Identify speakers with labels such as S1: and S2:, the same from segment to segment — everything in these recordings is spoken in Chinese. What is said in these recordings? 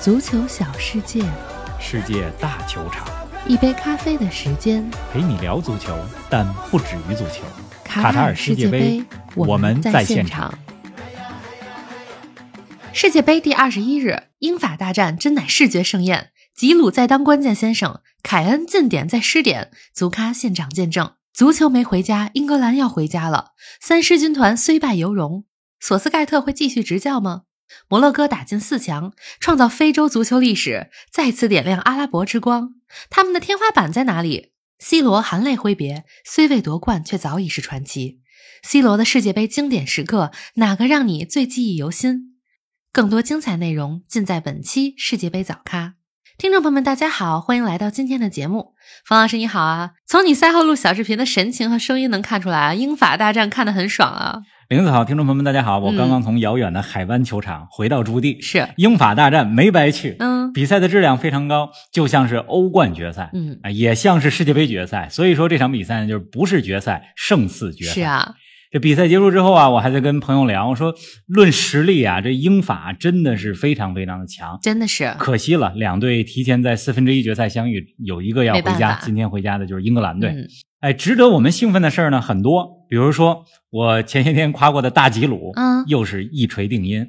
S1: 足球小世界，
S2: 世界大球场，
S1: 一杯咖啡的时间，
S2: 陪你聊足球，但不止于足球。
S1: 卡
S2: 塔
S1: 塔
S2: 尔
S1: 尔
S2: 世
S1: 世
S2: 界
S1: 界
S2: 杯
S1: 杯，
S2: 我
S1: 我
S2: 们
S1: 们
S2: 在
S1: 在
S2: 现
S1: 现场。世界杯第二十一日，英法大战真乃视觉盛宴，吉鲁再当关键先生，凯恩进点再失点，足咖现场见证。足球没回家，英格兰要回家了。三狮军团虽败犹荣，索斯盖特会继续执教吗？摩洛哥打进四强，创造非洲足球历史，再次点亮阿拉伯之光。他们的天花板在哪里？C 罗含泪挥别，虽未夺冠，却早已是传奇。C 罗的世界杯经典时刻，哪个让你最记忆犹新？更多精彩内容尽在本期世界杯早咖。听众朋友们，大家好，欢迎来到今天的节目。冯老师你好啊，从你赛后录小视频的神情和声音能看出来啊，英法大战看得很爽啊。
S2: 林子好，听众朋友们，大家好，我
S1: 嗯
S2: 刚刚从遥远的海湾球场回到驻地，
S1: 是，
S2: 英法大战没白去，
S1: 嗯
S2: 比赛的质量非常高，就像是欧冠决赛。
S1: 嗯，
S2: 啊，也像是世界杯决赛，所以说这场比赛呢，就是不是决赛胜似决赛。
S1: 是啊，
S2: 这比赛结束之后啊，我还在跟朋友聊，说论实力啊，这英法真的是非常非常的强。
S1: 真的是，
S2: 可惜了，两队提前在四分之一决赛相遇，有一个要
S1: 没
S2: 回
S1: 办
S2: 家，
S1: 法
S2: 今天回家的就是英格兰队。
S1: 嗯
S2: 哎，值得我们兴奋的事儿呢很多，比如说我前些天夸过的大吉鲁，
S1: 嗯
S2: 又是一锤定音；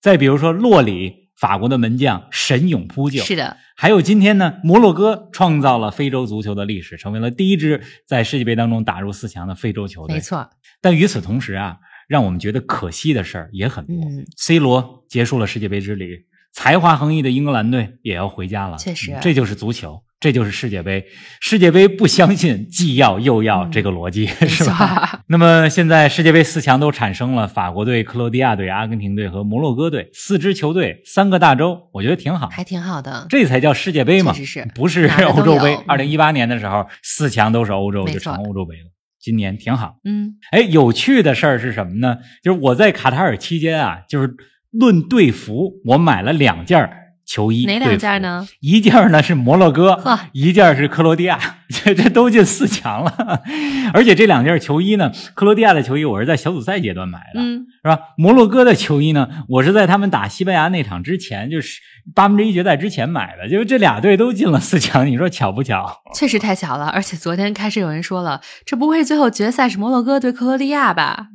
S2: 再比如说洛里，法国的门将神勇扑救；
S1: 是的，
S2: 还有今天呢，摩洛哥创造了非洲足球的历史，成为了第一支在世界杯当中打入四强的非洲球队。
S1: 没错，
S2: 但与此同时啊，让我们觉得可惜的事儿也很多。
S1: 嗯
S2: C 罗结束了世界杯之旅，才华横溢的英格兰队也要回家了。
S1: 确实
S2: 嗯这就是足球，这就是世界杯。世界杯不相信既要又要
S1: 嗯
S2: 这个逻辑，
S1: 没
S2: 是
S1: 错，
S2: 吧？那么现在世界杯四强都产生了，法国队、克罗地亚队、阿根廷队和摩洛哥队四支球队，三个大洲，我觉得挺好。
S1: 还挺好 的。
S2: 这才叫世界杯嘛，
S1: 确实是
S2: 不是
S1: 哪儿都
S2: 欧洲杯
S1: 有？嗯
S2: 二零一八年的时候，四强都是欧洲，
S1: 没
S2: 就
S1: 错
S2: 成欧洲杯了。今年挺好。
S1: 嗯
S2: 哎，有趣的事儿是什么呢？就是我在卡塔尔期间啊，就是论队服，我买了两件儿球衣，
S1: 哪两件呢？
S2: 队服？一件儿呢是摩洛哥
S1: 呵，
S2: 一件儿是克罗地亚， 这这都进四强了。 而且这两件球衣呢，克罗地亚的球衣我是在小组赛阶段买的，
S1: 嗯，
S2: 是吧？摩洛哥的球衣呢，我是在他们打西班牙那场之前，就是八分之一决赛之前买的。就是这俩队都进了四强，你说巧不巧？
S1: 确实太巧了。而且昨天开始有人说了，这不会最后决赛是摩洛哥对克罗地亚吧？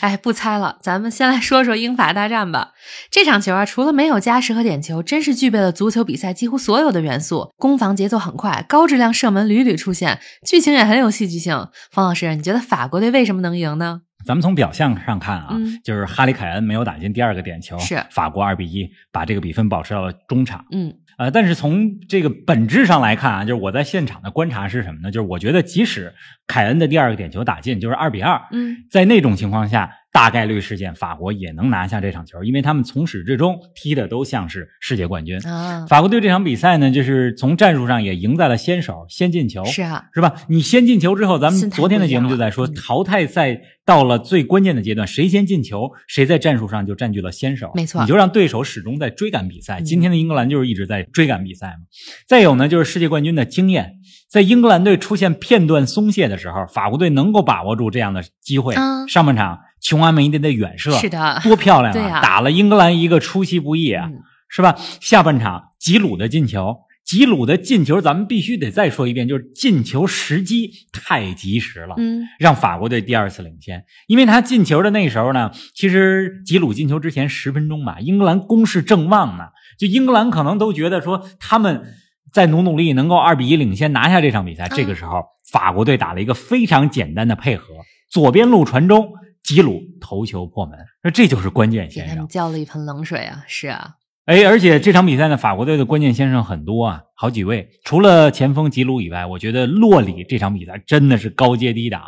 S1: 哎，不猜了，咱们先来说说英法大战吧。这场球啊，除了没有加时和点球，真是具备了足球比赛几乎所有的元素。攻防节奏很快，高质量射门屡屡出现，剧情也很有戏剧性。方老师，你觉得法国队为什么能赢呢？
S2: 咱们从表象上看啊，
S1: 嗯
S2: 就是哈里凯恩没有打进第二个点球，
S1: 是
S2: 法国二比一把这个比分保持到了中场。
S1: 嗯，
S2: 呃，但是从这个本质上来看啊，就是我在现场的观察是什么呢？就是我觉得即使凯恩的第二个点球打进，就是二比二，
S1: 嗯，
S2: 在那种情况下，大概率事件法国也能拿下这场球，因为他们从始至终踢的都像是世界冠军。
S1: 啊，
S2: 法国队这场比赛呢，就是从战术上也赢在了先手先进球，
S1: 是啊，
S2: 是吧？你先进球之后，咱们
S1: 心态
S2: 昨天的节目就在说，
S1: 不一样了嗯
S2: 淘汰赛到了最关键的阶段，谁先进球，谁在战术上就占据了先手。
S1: 没错
S2: 你就让对手始终在追赶比赛。
S1: 嗯
S2: 今天的英格兰就是一直在追赶比赛嘛。再有呢，就是世界冠军的经验，在英格兰队出现片段松懈的时候，法国队能够把握住这样的机会。
S1: 嗯
S2: 上半场琼安梅尼的远射，
S1: 是的，
S2: 多漂亮
S1: 对
S2: 啊！
S1: 啊
S2: 打了英格兰一个出其不意啊。
S1: 嗯
S2: 是吧？下半场吉鲁的进球，吉鲁的进球，咱们必须得再说一遍，就是进球时机太及时了。
S1: 嗯，
S2: 让法国队第二次领先，因为他进球的那时候呢，其实吉鲁进球之前十分钟吧，英格兰攻势正旺呢，就英格兰可能都觉得说他们再努努力能够二比一领先拿下这场比赛。这个时候，法国队打了一个非常简单的配合，左边路传中，吉鲁头球破门，那这就是关键
S1: 给
S2: 先
S1: 他
S2: 生
S1: 们。浇了一盆冷水啊，是啊，
S2: 哎，而且这场比赛呢，法国队的关键先生很多啊，好几位。除了前锋吉鲁以外，我觉得洛里这场比赛真的是高阶低打啊。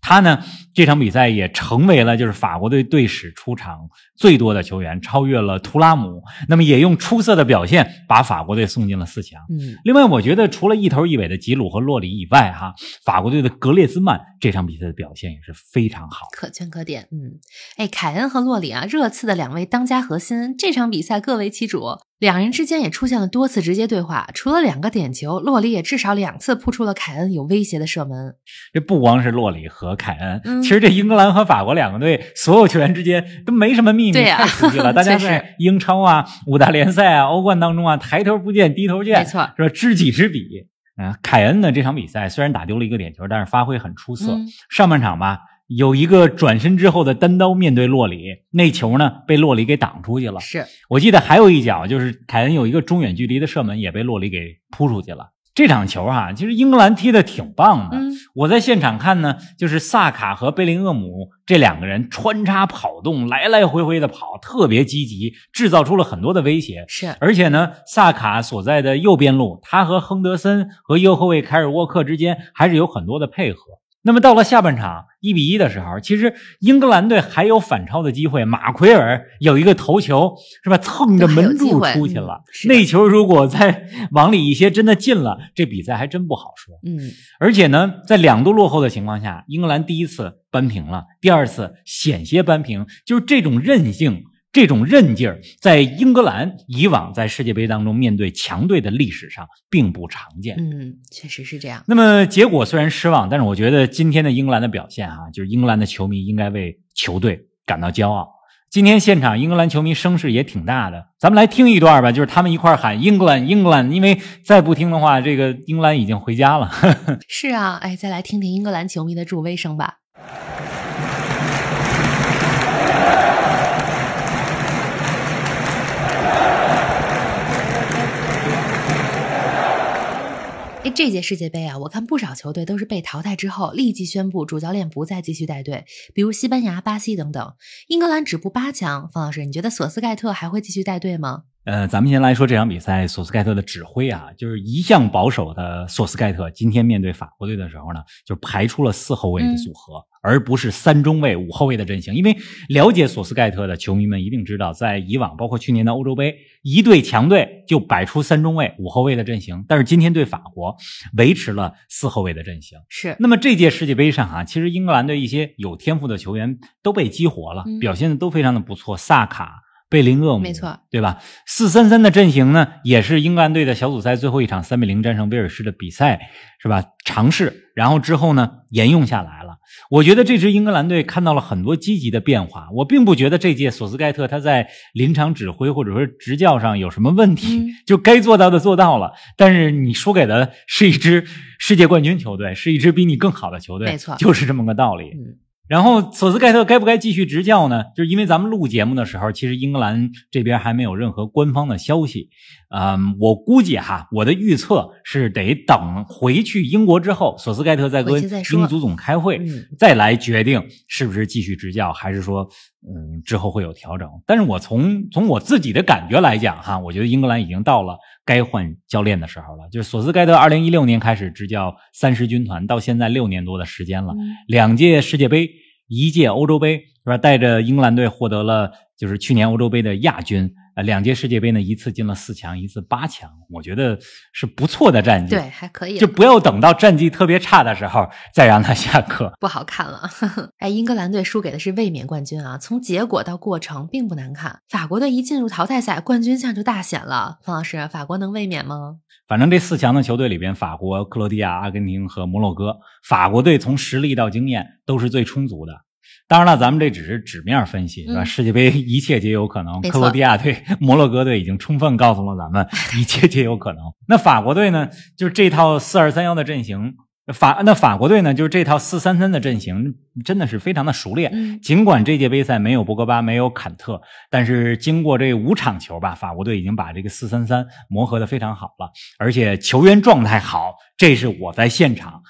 S2: 他呢，这场比赛也成为了就是法国队队史出场最多的球员，超越了图拉姆。那么也用出色的表现把法国队送进了四强。
S1: 嗯，
S2: 另外，我觉得除了一头一尾的吉鲁和洛里以外，哈，法国队的格列兹曼这场比赛的表现也是非常好。
S1: 可圈可点，嗯，哎，凯恩和洛里啊，热刺的两位当家核心，这场比赛各为其主。两人之间也出现了多次直接对话，除了两个点球，洛里也至少两次扑出了凯恩有威胁的射门。
S2: 这不光是洛里和凯恩，
S1: 嗯
S2: 其实这英格兰和法国两个队所有球员之间都没什么秘密，
S1: 对呀
S2: 太熟 悉了。大家
S1: 确实
S2: 在英超啊、五大联赛啊、欧冠当中啊，抬头不见低头见，
S1: 没错
S2: 是吧？知己知彼。啊、凯恩呢这场比赛虽然打丢了一个点球，但是发挥很出色。
S1: 嗯
S2: 上半场吧，有一个转身之后的单刀面对洛里，那球呢被洛里给挡出去了。
S1: 是，
S2: 我记得还有一脚，就是凯恩有一个中远距离的射门也被洛里给扑出去了。这场球哈、其实英格兰踢得挺棒的。
S1: 嗯，
S2: 我在现场看呢，就是萨卡和贝林厄姆这两个人穿插跑动，来来回回的跑，特别积极，制造出了很多的威胁。
S1: 是，
S2: 而且呢，萨卡所在的右边路，他和亨德森和右后卫凯尔沃克之间还是有很多的配合。那么到了下半场一比一的时候，其实英格兰队还有反超的机会。马奎尔有一个头球是吧，蹭着门柱出去了
S1: 嗯。是的
S2: 那球如果再 往里一些，真的进了，这比赛还真不好说。
S1: 嗯，
S2: 而且呢，在两度落后的情况下，英格兰第一次扳平了，第二次险些扳平，就是这种韧性。这种韧劲儿，在英格兰以往在世界杯当中面对强队的历史上并不常见。
S1: 嗯，确实是这样。
S2: 那么结果虽然失望，但是我觉得今天的英格兰的表现啊，就是英格兰的球迷应该为球队感到骄傲。今天现场英格兰球迷声势也挺大的，咱们来听一段吧，就是他们一块儿喊英格兰，英格兰，因为再不听的话，这个英格兰已经回家了。
S1: 是啊，哎，再来听听英格兰球迷的助威声吧。哎，这届世界杯啊，我看不少球队都是被淘汰之后立即宣布主教练不再继续带队，比如西班牙、巴西等等。英格兰止步八强，方老师，你觉得索斯盖特还会继续带队吗？
S2: 呃，咱们先来说这场比赛，索斯盖特的指挥啊，就是一向保守的索斯盖特，今天面对法国队的时候呢，就排出了四后卫的组合，而不是三中卫、五后卫的阵型。因为了解索斯盖特的球迷们一定知道，在以往包括去年的欧洲杯，一队强队就摆出三中卫、五后卫的阵型，但是今天对法国维持了四后卫的阵型。
S1: 是，
S2: 那么这届世界杯上啊，其实英格兰队一些有天赋的球员都被激活了，
S1: 嗯
S2: 表现的都非常的不错。萨卡、贝林厄姆，
S1: 没错，
S2: 对吧？四三三的阵型呢，也是英格兰队的小组赛最后一场三比零战胜威尔士的比赛，是吧？尝试，然后之后呢，沿用下来了。我觉得这支英格兰队看到了很多积极的变化。我并不觉得这届索斯盖特他在临场指挥或者说执教上有什么问题，
S1: 嗯
S2: 就该做到的做到了。但是你输给的是一支世界冠军球队，是一支比你更好的球队，
S1: 没错
S2: 就是这么个道理。
S1: 嗯，
S2: 然后索斯盖特该不该继续执教呢？就是因为咱们录节目的时候，其实英格兰这边还没有任何官方的消息。嗯，我估计哈，我的预测是得等回去英国之后，索斯盖特再跟
S1: 回去再说
S2: 英足总开会，
S1: 嗯
S2: 再来决定是不是继续执教，还是说，嗯，之后会有调整。但是我从从我自己的感觉来讲哈，我觉得英格兰已经到了该换教练的时候了。就是索斯盖特二零一六年开始执教三十军团，到现在六年多的时间了。
S1: 嗯
S2: 两届世界杯，一届欧洲杯，是吧？带着英格兰队获得了就是去年欧洲杯的亚军。呃，两届世界杯呢，一次进了四强，一次八强，我觉得是不错的战绩。
S1: 对，，还可以了。啊
S2: 就不要等到战绩特别差的时候再让他下课。
S1: 不好看了。 哎，英格兰队输给的是卫冕冠军啊，从结果到过程并不难看。法国队一进入淘汰赛，冠军相就大显了。方老师，法国能卫冕吗？
S2: 反正这四强的球队里边，法国、克罗地亚、阿根廷和摩洛哥，法国队从实力到经验都是最充足的。当然了，咱们这只是纸面分析，是吧？
S1: 嗯
S2: 世界杯一切皆有可能。
S1: 没错
S2: 克罗地亚队、摩洛哥队已经充分告诉了咱 们，一切皆有可能。那法国队呢？就是这套四二三幺的阵型，法那法国队呢，就是这套四三三的阵型，真的是非常的熟练。
S1: 嗯，
S2: 尽管这届杯赛没有博格巴，没有坎特，但是经过这五场球吧，法国队已经把这个四三三磨合的非常好了，而且球员状态好，这是我在现场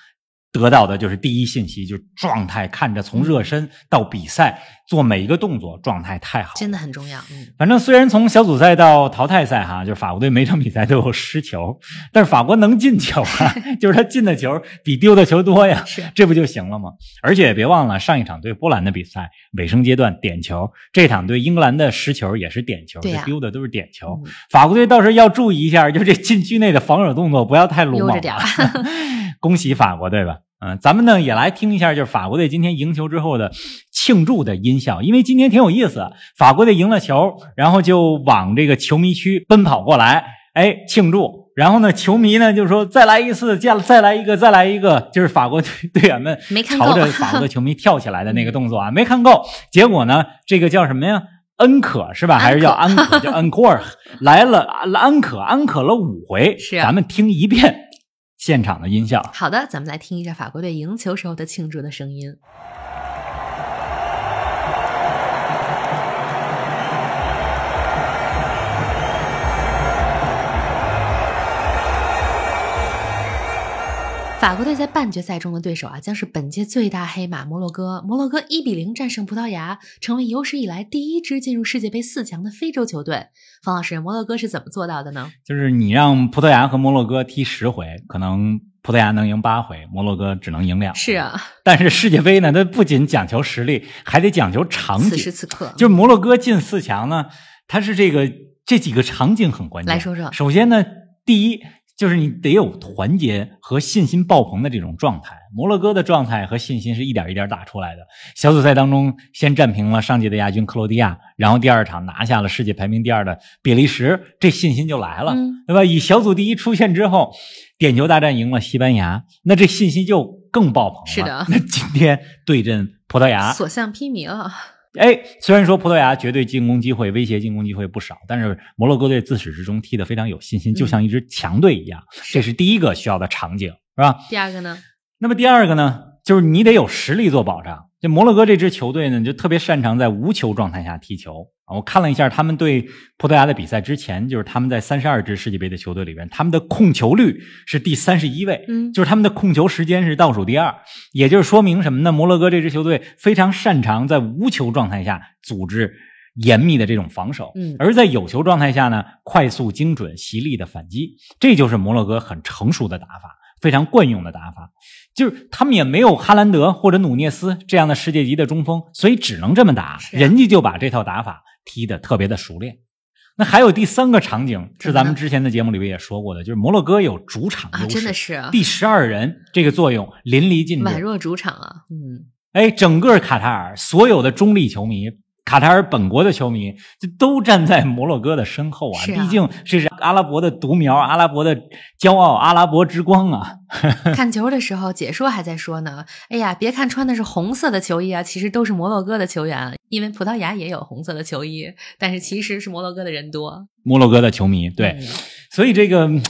S2: 得到的就是第一信息，就是状态，看着从热身到比赛做每一个动作，状态太好了，
S1: 真的很重要。嗯，
S2: 反正虽然从小组赛到淘汰赛哈，就是法国队每场比赛都有失球，但是法国能进球啊， 就是他进的球比丢的球多呀，
S1: 是
S2: 这不就行了吗？而且别忘了上一场对波兰的比赛尾声阶段点球，这场对英格兰的失球也是点球，
S1: 对呀
S2: 这丢的都是点球。
S1: 嗯
S2: 法国队倒是要注意一下，就这禁区内的防守动作不要太鲁
S1: 悠
S2: 莽
S1: 着点
S2: 了
S1: 儿。
S2: 恭喜法国队吧。嗯，咱们呢也来听一下，就是法国队今天赢球之后的庆祝的音效，因为今天挺有意思。啊法国队赢了球，然后就往这个球迷区奔跑过来，哎，庆祝。然后呢，球迷呢就说再来一次，再再来一个，再来一个，就是法国队队员们
S1: 没看够
S2: 朝着法国的球迷跳起来的那个动作啊，没看够。结果呢，这个叫什么呀？恩可是吧？还是叫安可？叫 encore 来了，安可安可了五回。
S1: 是啊
S2: 咱们听一遍现场的音效。
S1: 好的，咱们来听一下法国队赢球时候的庆祝的声音。法国队在半决赛中的对手啊，将是本届最大黑马摩洛哥。摩洛哥一比零战胜葡萄牙，成为有史以来第一支进入世界杯四强的非洲球队。方老师，摩洛哥是怎么做到的呢？
S2: 就是你让葡萄牙和摩洛哥踢十回，可能葡萄牙能赢八回，摩洛哥只能赢两。
S1: 是，啊，
S2: 但是世界杯呢，它不仅讲求实力，还得讲求场
S1: 此时
S2: 景。
S1: 此刻，
S2: 就是摩洛哥进四强呢，它是这个这几个场景很关键。
S1: 来说说
S2: 首先呢，第一就是你得有团结和信心爆棚的这种状态。摩洛哥的状态和信心是一点一点打出来的。小组赛当中，先战平了上届的亚军克罗地亚，然后第二场拿下了世界排名第二的比利时，这信心就来了。
S1: 嗯，
S2: 对吧？以小组第一出现之后，点球大战赢了西班牙，那这信心就更爆棚了。
S1: 是的
S2: 那今天对阵葡 萄牙，
S1: 所向披靡啊了。
S2: 哎，虽然说葡萄牙绝对进攻机会、威胁进攻机会不少，但是摩洛哥队自始至终踢得非常有信心，
S1: 嗯
S2: 就像一支强队一样。这是第一个需要的场景，是吧？
S1: 第二个呢？
S2: 那么第二个呢，就是你得有实力做保障。这摩洛哥这支球队呢，就特别擅长在无球状态下踢球啊。我看了一下他们对葡萄牙的比赛之前，就是他们在三十二支世界杯的球队里边，他们的控球率是第三十一位，
S1: 嗯，
S2: 就是他们的控球时间是倒数第二，也就是说明什么呢？摩洛哥这支球队非常擅长在无球状态下组织严密的这种防守，
S1: 嗯
S2: 而在有球状态下呢，快速、精准、犀利的反击，这就是摩洛哥很成熟的打法，非常惯用的打法。就是他们也没有哈兰德或者努涅斯这样的世界级的中锋，所以只能这么打，
S1: 是啊
S2: 人家就把这套打法踢得特别的熟练。那还有第三个场景
S1: 怎么
S2: 是咱们
S1: 呢
S2: 之前的节目里边也说过的，就是摩洛哥有主场
S1: 嗯啊，
S2: 优势，
S1: 真的是啊
S2: 第十二人这个作用淋漓尽
S1: 宛
S2: 致。
S1: 若主场啊，嗯，
S2: 哎，整个卡塔尔所有的中立球迷，卡塔尔本国的球迷，就都站在摩洛哥的身后啊！
S1: 是啊
S2: 毕竟这是阿拉伯的独苗，阿拉伯的骄傲，阿拉伯之光啊！
S1: 看球的时候解说还在说呢，哎呀，别看穿的是红色的球衣啊，其实都是摩洛哥的球员，啊因为葡萄牙也有红色的球衣，但是其实是摩洛哥的人多。
S2: 摩洛哥的球迷，对，
S1: 嗯
S2: 所以这个嗯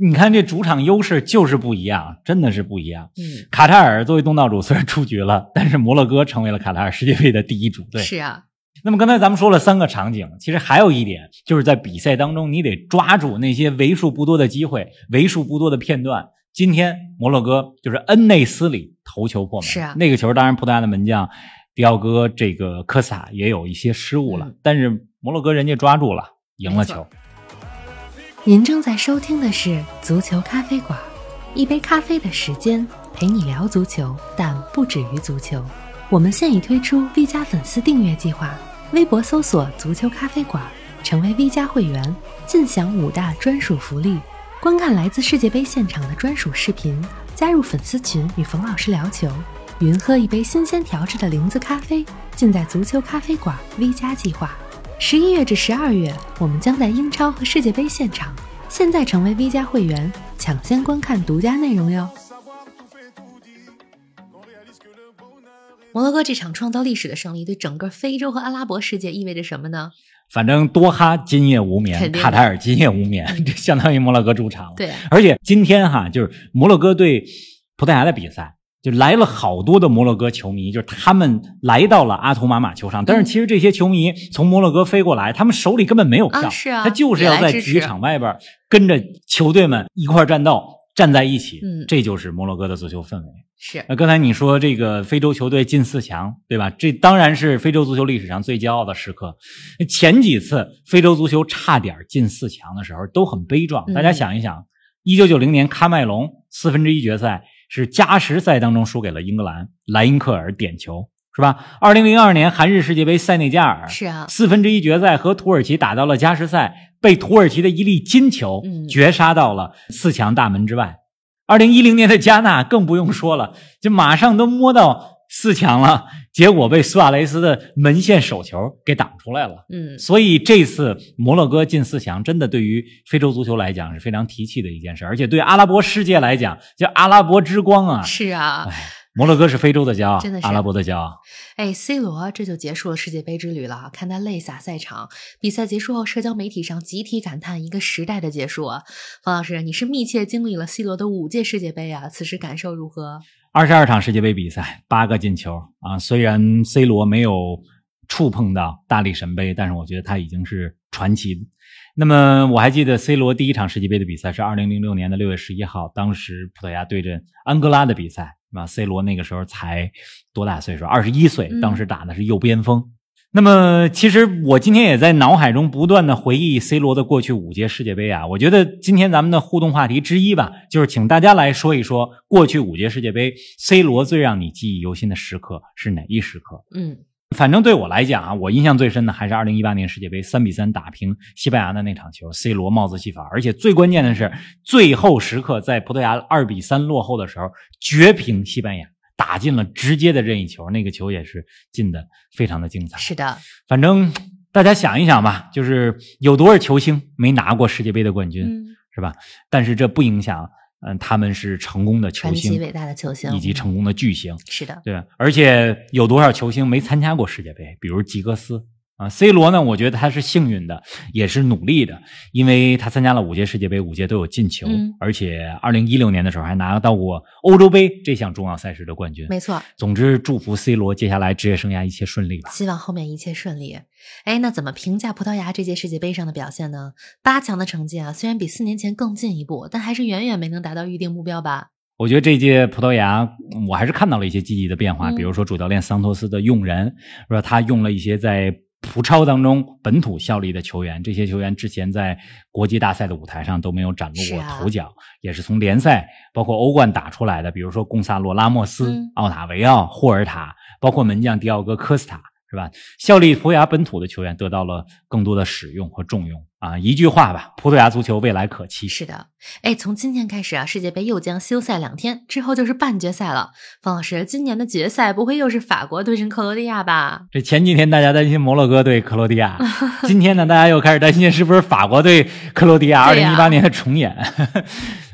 S2: 你看这主场优势就是不一样，真的是不一样。
S1: 嗯，
S2: 卡塔尔作为东道主虽然出局了，但是摩洛哥成为了卡塔尔世界杯的第一主队。
S1: 是啊，
S2: 那么刚才咱们说了三个场景，其实还有一点，就是在比赛当中，你得抓住那些为数不多的机会、为数不多的片段。今天摩洛哥就是恩内斯里头球破门，
S1: 是啊
S2: 那个球当然葡萄牙的门将迪奥哥这个科萨也有一些失误了，
S1: 嗯
S2: 但是摩洛哥人家抓住了，赢了
S1: 没错
S2: 球。
S1: 您正在收听的是《足球咖啡馆》，一杯咖啡的时间陪你聊足球，但不止于足球。我们现已推出 V 加粉丝订阅计划，微博搜索“足球咖啡馆”，成为 V 加会员，尽享五大专属福利：观看来自世界杯现场的专属视频，加入粉丝群与冯老师聊球，云喝一杯新鲜调制的零子咖啡，尽在足球咖啡馆 V 加计划。十一月至十二月，我们将在英超和世界杯现场。现在成为 V 加会员，抢先观看独家内容哟。摩洛哥这场创造历史的胜利，对整个非洲和阿拉伯世界意味着什么呢？
S2: 反正多哈今夜无
S1: 肯
S2: 眠，
S1: 定的嗯
S2: 卡塔尔今夜无眠，这相当于摩洛哥主场了。
S1: 对，啊
S2: 而且今天哈，就是摩洛哥对葡萄牙的比赛，就来了好多的摩洛哥球迷，就是他们来到了阿图马马球场。
S1: 嗯
S2: 但是其实这些球迷从摩洛哥飞过来，他们手里根本没有票，
S1: 啊是啊
S2: 他就是要
S1: 也来
S2: 在
S1: 支
S2: 体
S1: 持
S2: 育场外边跟着球队们一块儿战斗，站在一起。
S1: 嗯
S2: 这就是摩洛哥的足球氛围。
S1: 是
S2: 呃那刚才你说这个非洲球队进四强，对吧？这当然是非洲足球历史上最骄傲的时刻。前几次非洲足球差点进四强的时候都很悲壮，
S1: 嗯
S2: 大家想一想，一九九零年喀麦隆四分之一决赛是加时赛当中输给了英格兰，莱因克尔点球，是吧？二零零二年韩日世界杯塞内加尔
S1: 是啊，
S2: 四分之一决赛和土耳其打到了加时赛，被土耳其的一粒金球
S1: 嗯
S2: 绝杀到了四强大门之外。二零一零年的加纳更不用说了，就马上都摸到四强了，结果被苏亚雷斯的门线手球给挡出来了。
S1: 嗯，
S2: 所以这次摩洛哥进四强，真的对于非洲足球来讲是非常提气的一件事，而且对阿拉伯世界来讲，叫阿拉伯之光啊，
S1: 是啊，
S2: 摩洛哥是非洲的骄傲，
S1: 真的是
S2: 阿拉伯的骄傲。
S1: 哎，C 罗这就结束了世界杯之旅了，看他泪洒赛场。比赛结束后，社交媒体上集体感叹一个时代的结束啊！冯老师，你是密切经历了 C 罗的五届世界杯啊，此时感受如何？
S2: 二十二场世界杯比赛，八个进球啊！虽然 C 罗没有触碰到大力神杯，但是我觉得他已经是传奇。那么我还记得 C 罗第一场世界杯的比赛是二零零六年的六月十一号，当时葡萄牙对阵安哥拉的比赛啊，C 罗那个时候才多大岁数？二十一岁
S1: 嗯，
S2: 当时打的是右边锋。那么，其实我今天也在脑海中不断的回忆 C 罗的过去五届世界杯啊。我觉得今天咱们的互动话题之一吧，就是请大家来说一说过去五届世界杯 C 罗最让你记忆犹新的时刻是哪一时刻？
S1: 嗯
S2: 反正对我来讲啊，我印象最深的还是2018年世界杯3比3打平西班牙的那场球，C 罗帽子戏法，而且最关键的是最后时刻在葡萄牙2比3落后的时候绝平西班牙，打进了直接的任意球，那个球也是进的非常的精彩。
S1: 是的，
S2: 反正大家想一想吧，就是有多少球星没拿过世界杯的冠军，
S1: 嗯，
S2: 是吧？但是这不影响，嗯、他们是成功的球
S1: 传奇伟
S2: 星
S1: 大的球星
S2: 以及成功的巨星，
S1: 是的，
S2: 对吧。而且有多少球星没参加过世界杯，比如吉格斯。啊，C 罗呢？我觉得他是幸运的，也是努力的，因为他参加了五届世界杯，五届都有进球，
S1: 嗯
S2: 而且二零一六年的时候还拿到过欧洲杯这项重要赛事的冠军。
S1: 没错。
S2: 总之，祝福 C 罗接下来职业生涯一切顺利吧。
S1: 希望后面一切顺利。哎，那怎么评价葡萄牙这届世界杯上的表现呢？八强的成绩啊，虽然比四年前更进一步，但还是远远没能达到预定目标吧。
S2: 我觉得这届葡萄牙，嗯我还是看到了一些积极的变化，
S1: 嗯
S2: 比如说主教练桑托斯的用人，说他用了一些在葡超当中本土效力的球员，这些球员之前在国际大赛的舞台上都没有展露
S1: 是
S2: 过
S1: 啊
S2: 头角，也是从联赛包括欧冠打出来的，比如说贡萨洛·拉莫斯、
S1: 嗯
S2: 奥塔维奥、霍尔塔，包括门将迪奥戈·科斯塔。是吧？效力葡萄牙本土的球员得到了更多的使用和重用啊！一句话吧，葡萄牙足球未来可期。
S1: 是的，哎，从今天开始啊，世界杯又将休赛两天，之后就是半决赛了。方老师，今年的决赛不会又是法国对阵克罗地亚吧？
S2: 这前几天大家担心摩洛哥对克罗地 亚，今天呢，大家又开始担心是不是法国对克罗地亚二
S1: 对
S2: 零
S1: 呀
S2: 一八年的重演。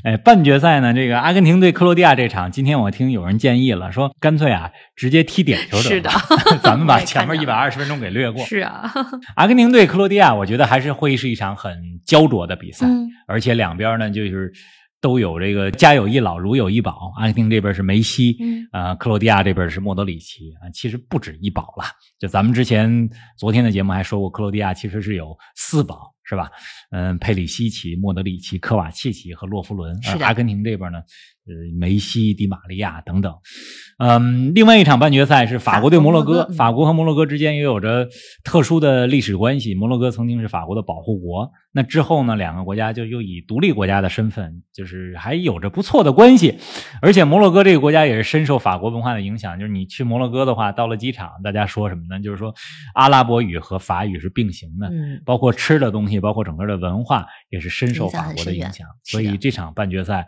S2: 哎，半决赛呢，这个阿根廷对克罗地亚这场，今天我听有人建议了，说干脆啊直接踢点球
S1: 是
S2: 得
S1: 的
S2: 了， 咱们
S1: 我也
S2: 把
S1: 看
S2: 前面一
S1: 着
S2: 百二十分钟给略过。
S1: 是啊，
S2: 阿根廷对克罗地亚，我觉得还是会是一场很焦灼的比赛。
S1: 嗯，
S2: 而且两边呢就是都有这个家有一老如有一宝，阿根廷这边是梅西，
S1: 嗯
S2: 呃，克罗地亚这边是莫德里奇啊，其实不止一宝了，就咱们之前昨天的节目还说过，克罗地亚其实是有四宝。是吧？嗯，佩里西奇、莫德里奇、科瓦契奇和洛夫伦。
S1: 是的
S2: 呃阿根廷这边呢，呃，梅西、迪玛利亚等等。嗯，另外一场半决赛是法国对摩洛
S1: 法
S2: 哥
S1: 国摩洛哥，嗯
S2: 法国和摩洛哥之间也有着特殊的历史关系。摩洛哥曾经是法国的保护国，那之后呢，两个国家就又以独立国家的身份，就是还有着不错的关系。而且摩洛哥这个国家也是深受法国文化的影响，就是你去摩洛哥的话，到了机场，大家说什么呢？就是说阿拉伯语和法语是并行的。
S1: 嗯，
S2: 包括吃的东西，包括整个的文化，也是深受
S1: 影响
S2: 法
S1: 很
S2: 国的
S1: 深
S2: 影
S1: 远是
S2: 响。
S1: 啊
S2: 所
S1: 的
S2: 以这场半决赛，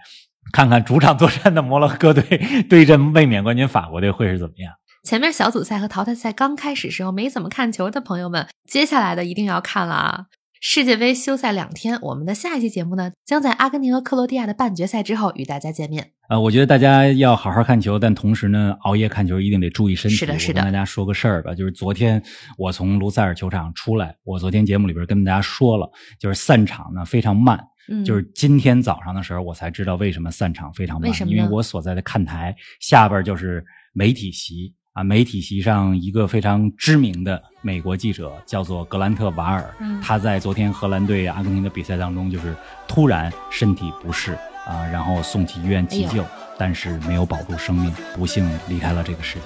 S2: 看看主场作战的摩洛哥队对阵卫冕冠军法国队会是怎么样。
S1: 前面小组赛和淘汰赛刚开始时候没怎么看球的朋友们，接下来的一定要看了啊！世界杯休赛两天，我们的下一期节目呢，将在阿根廷和克罗地亚的半决赛之后与大家见面。
S2: 呃，我觉得大家要好好看球，但同时呢，熬夜看球一定得注意身体。
S1: 是的是
S2: 我跟
S1: 的
S2: 大家说个事儿吧，就是昨天我从卢塞尔球场出来，我昨天节目里边跟大家说了，就是散场呢非常慢，
S1: 嗯，
S2: 就是今天早上的时候我才知道为什么散场非常慢，
S1: 为什么呢
S2: 因为我所在的看台下边就是媒体席啊，媒体席上一个非常知名的美国记者叫做格兰特瓦尔，
S1: 嗯
S2: 他在昨天荷兰对阿根廷的比赛当中，就是突然身体不适啊，然后送去医院急
S1: 哎
S2: 救，但是没有保住生命，不幸离开了这个世界。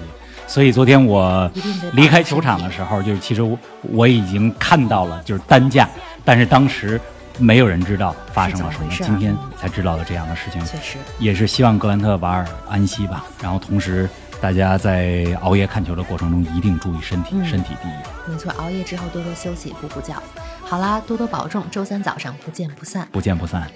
S2: 所以昨天我
S1: 一定得保住
S2: 离开球场的时候，就是其实我我已经看到了就是担架，但是当时没有人知道发生了什么，
S1: 是怎么回事
S2: 今天
S1: 啊
S2: 才知道了这样的事情，
S1: 确实，
S2: 也是希望格兰特瓦尔安息吧。然后同时，大家在熬夜看球的过程中一定注意身体，
S1: 嗯
S2: 身体第一，
S1: 没错，熬夜之后多多休息，补补觉。好啦，多多保重，周三早上不见不散。
S2: 不见不散。